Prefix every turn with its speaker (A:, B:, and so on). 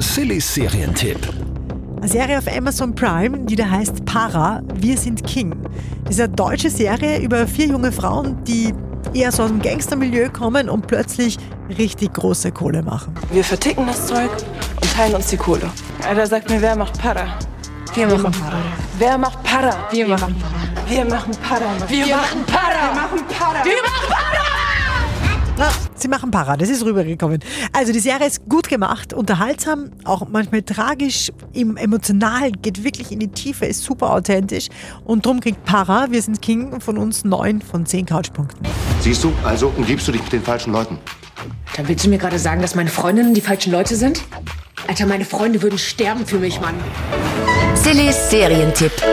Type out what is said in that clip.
A: Sillys Serientipp.
B: Eine Serie auf Amazon Prime, die da heißt Para, Wir sind King. Das ist eine deutsche Serie über vier junge Frauen, die eher so aus dem Gangstermilieu kommen und plötzlich richtig große Kohle machen.
C: Wir verticken das Zeug und teilen uns die Kohle. Alter, sagt mir, wer macht Para?
D: Wir machen Para.
C: Wer macht Para?
D: Wir machen Para.
C: Wir machen Para. Wir, machen Para. Wir machen Para. Wir machen
B: Na, sie machen Para, das ist rübergekommen. Also die Serie ist gut gemacht, unterhaltsam, auch manchmal tragisch, im- emotional, geht wirklich in die Tiefe, ist super authentisch. Und drum kriegt Para, wir sind King, von uns neun von zehn Couchpunkten.
E: Siehst du, also umgibst du dich mit den falschen Leuten.
D: Dann willst du mir gerade sagen, dass meine Freundinnen die falschen Leute sind? Alter, meine Freunde würden sterben für mich, Mann.
F: Sillys Serientipp.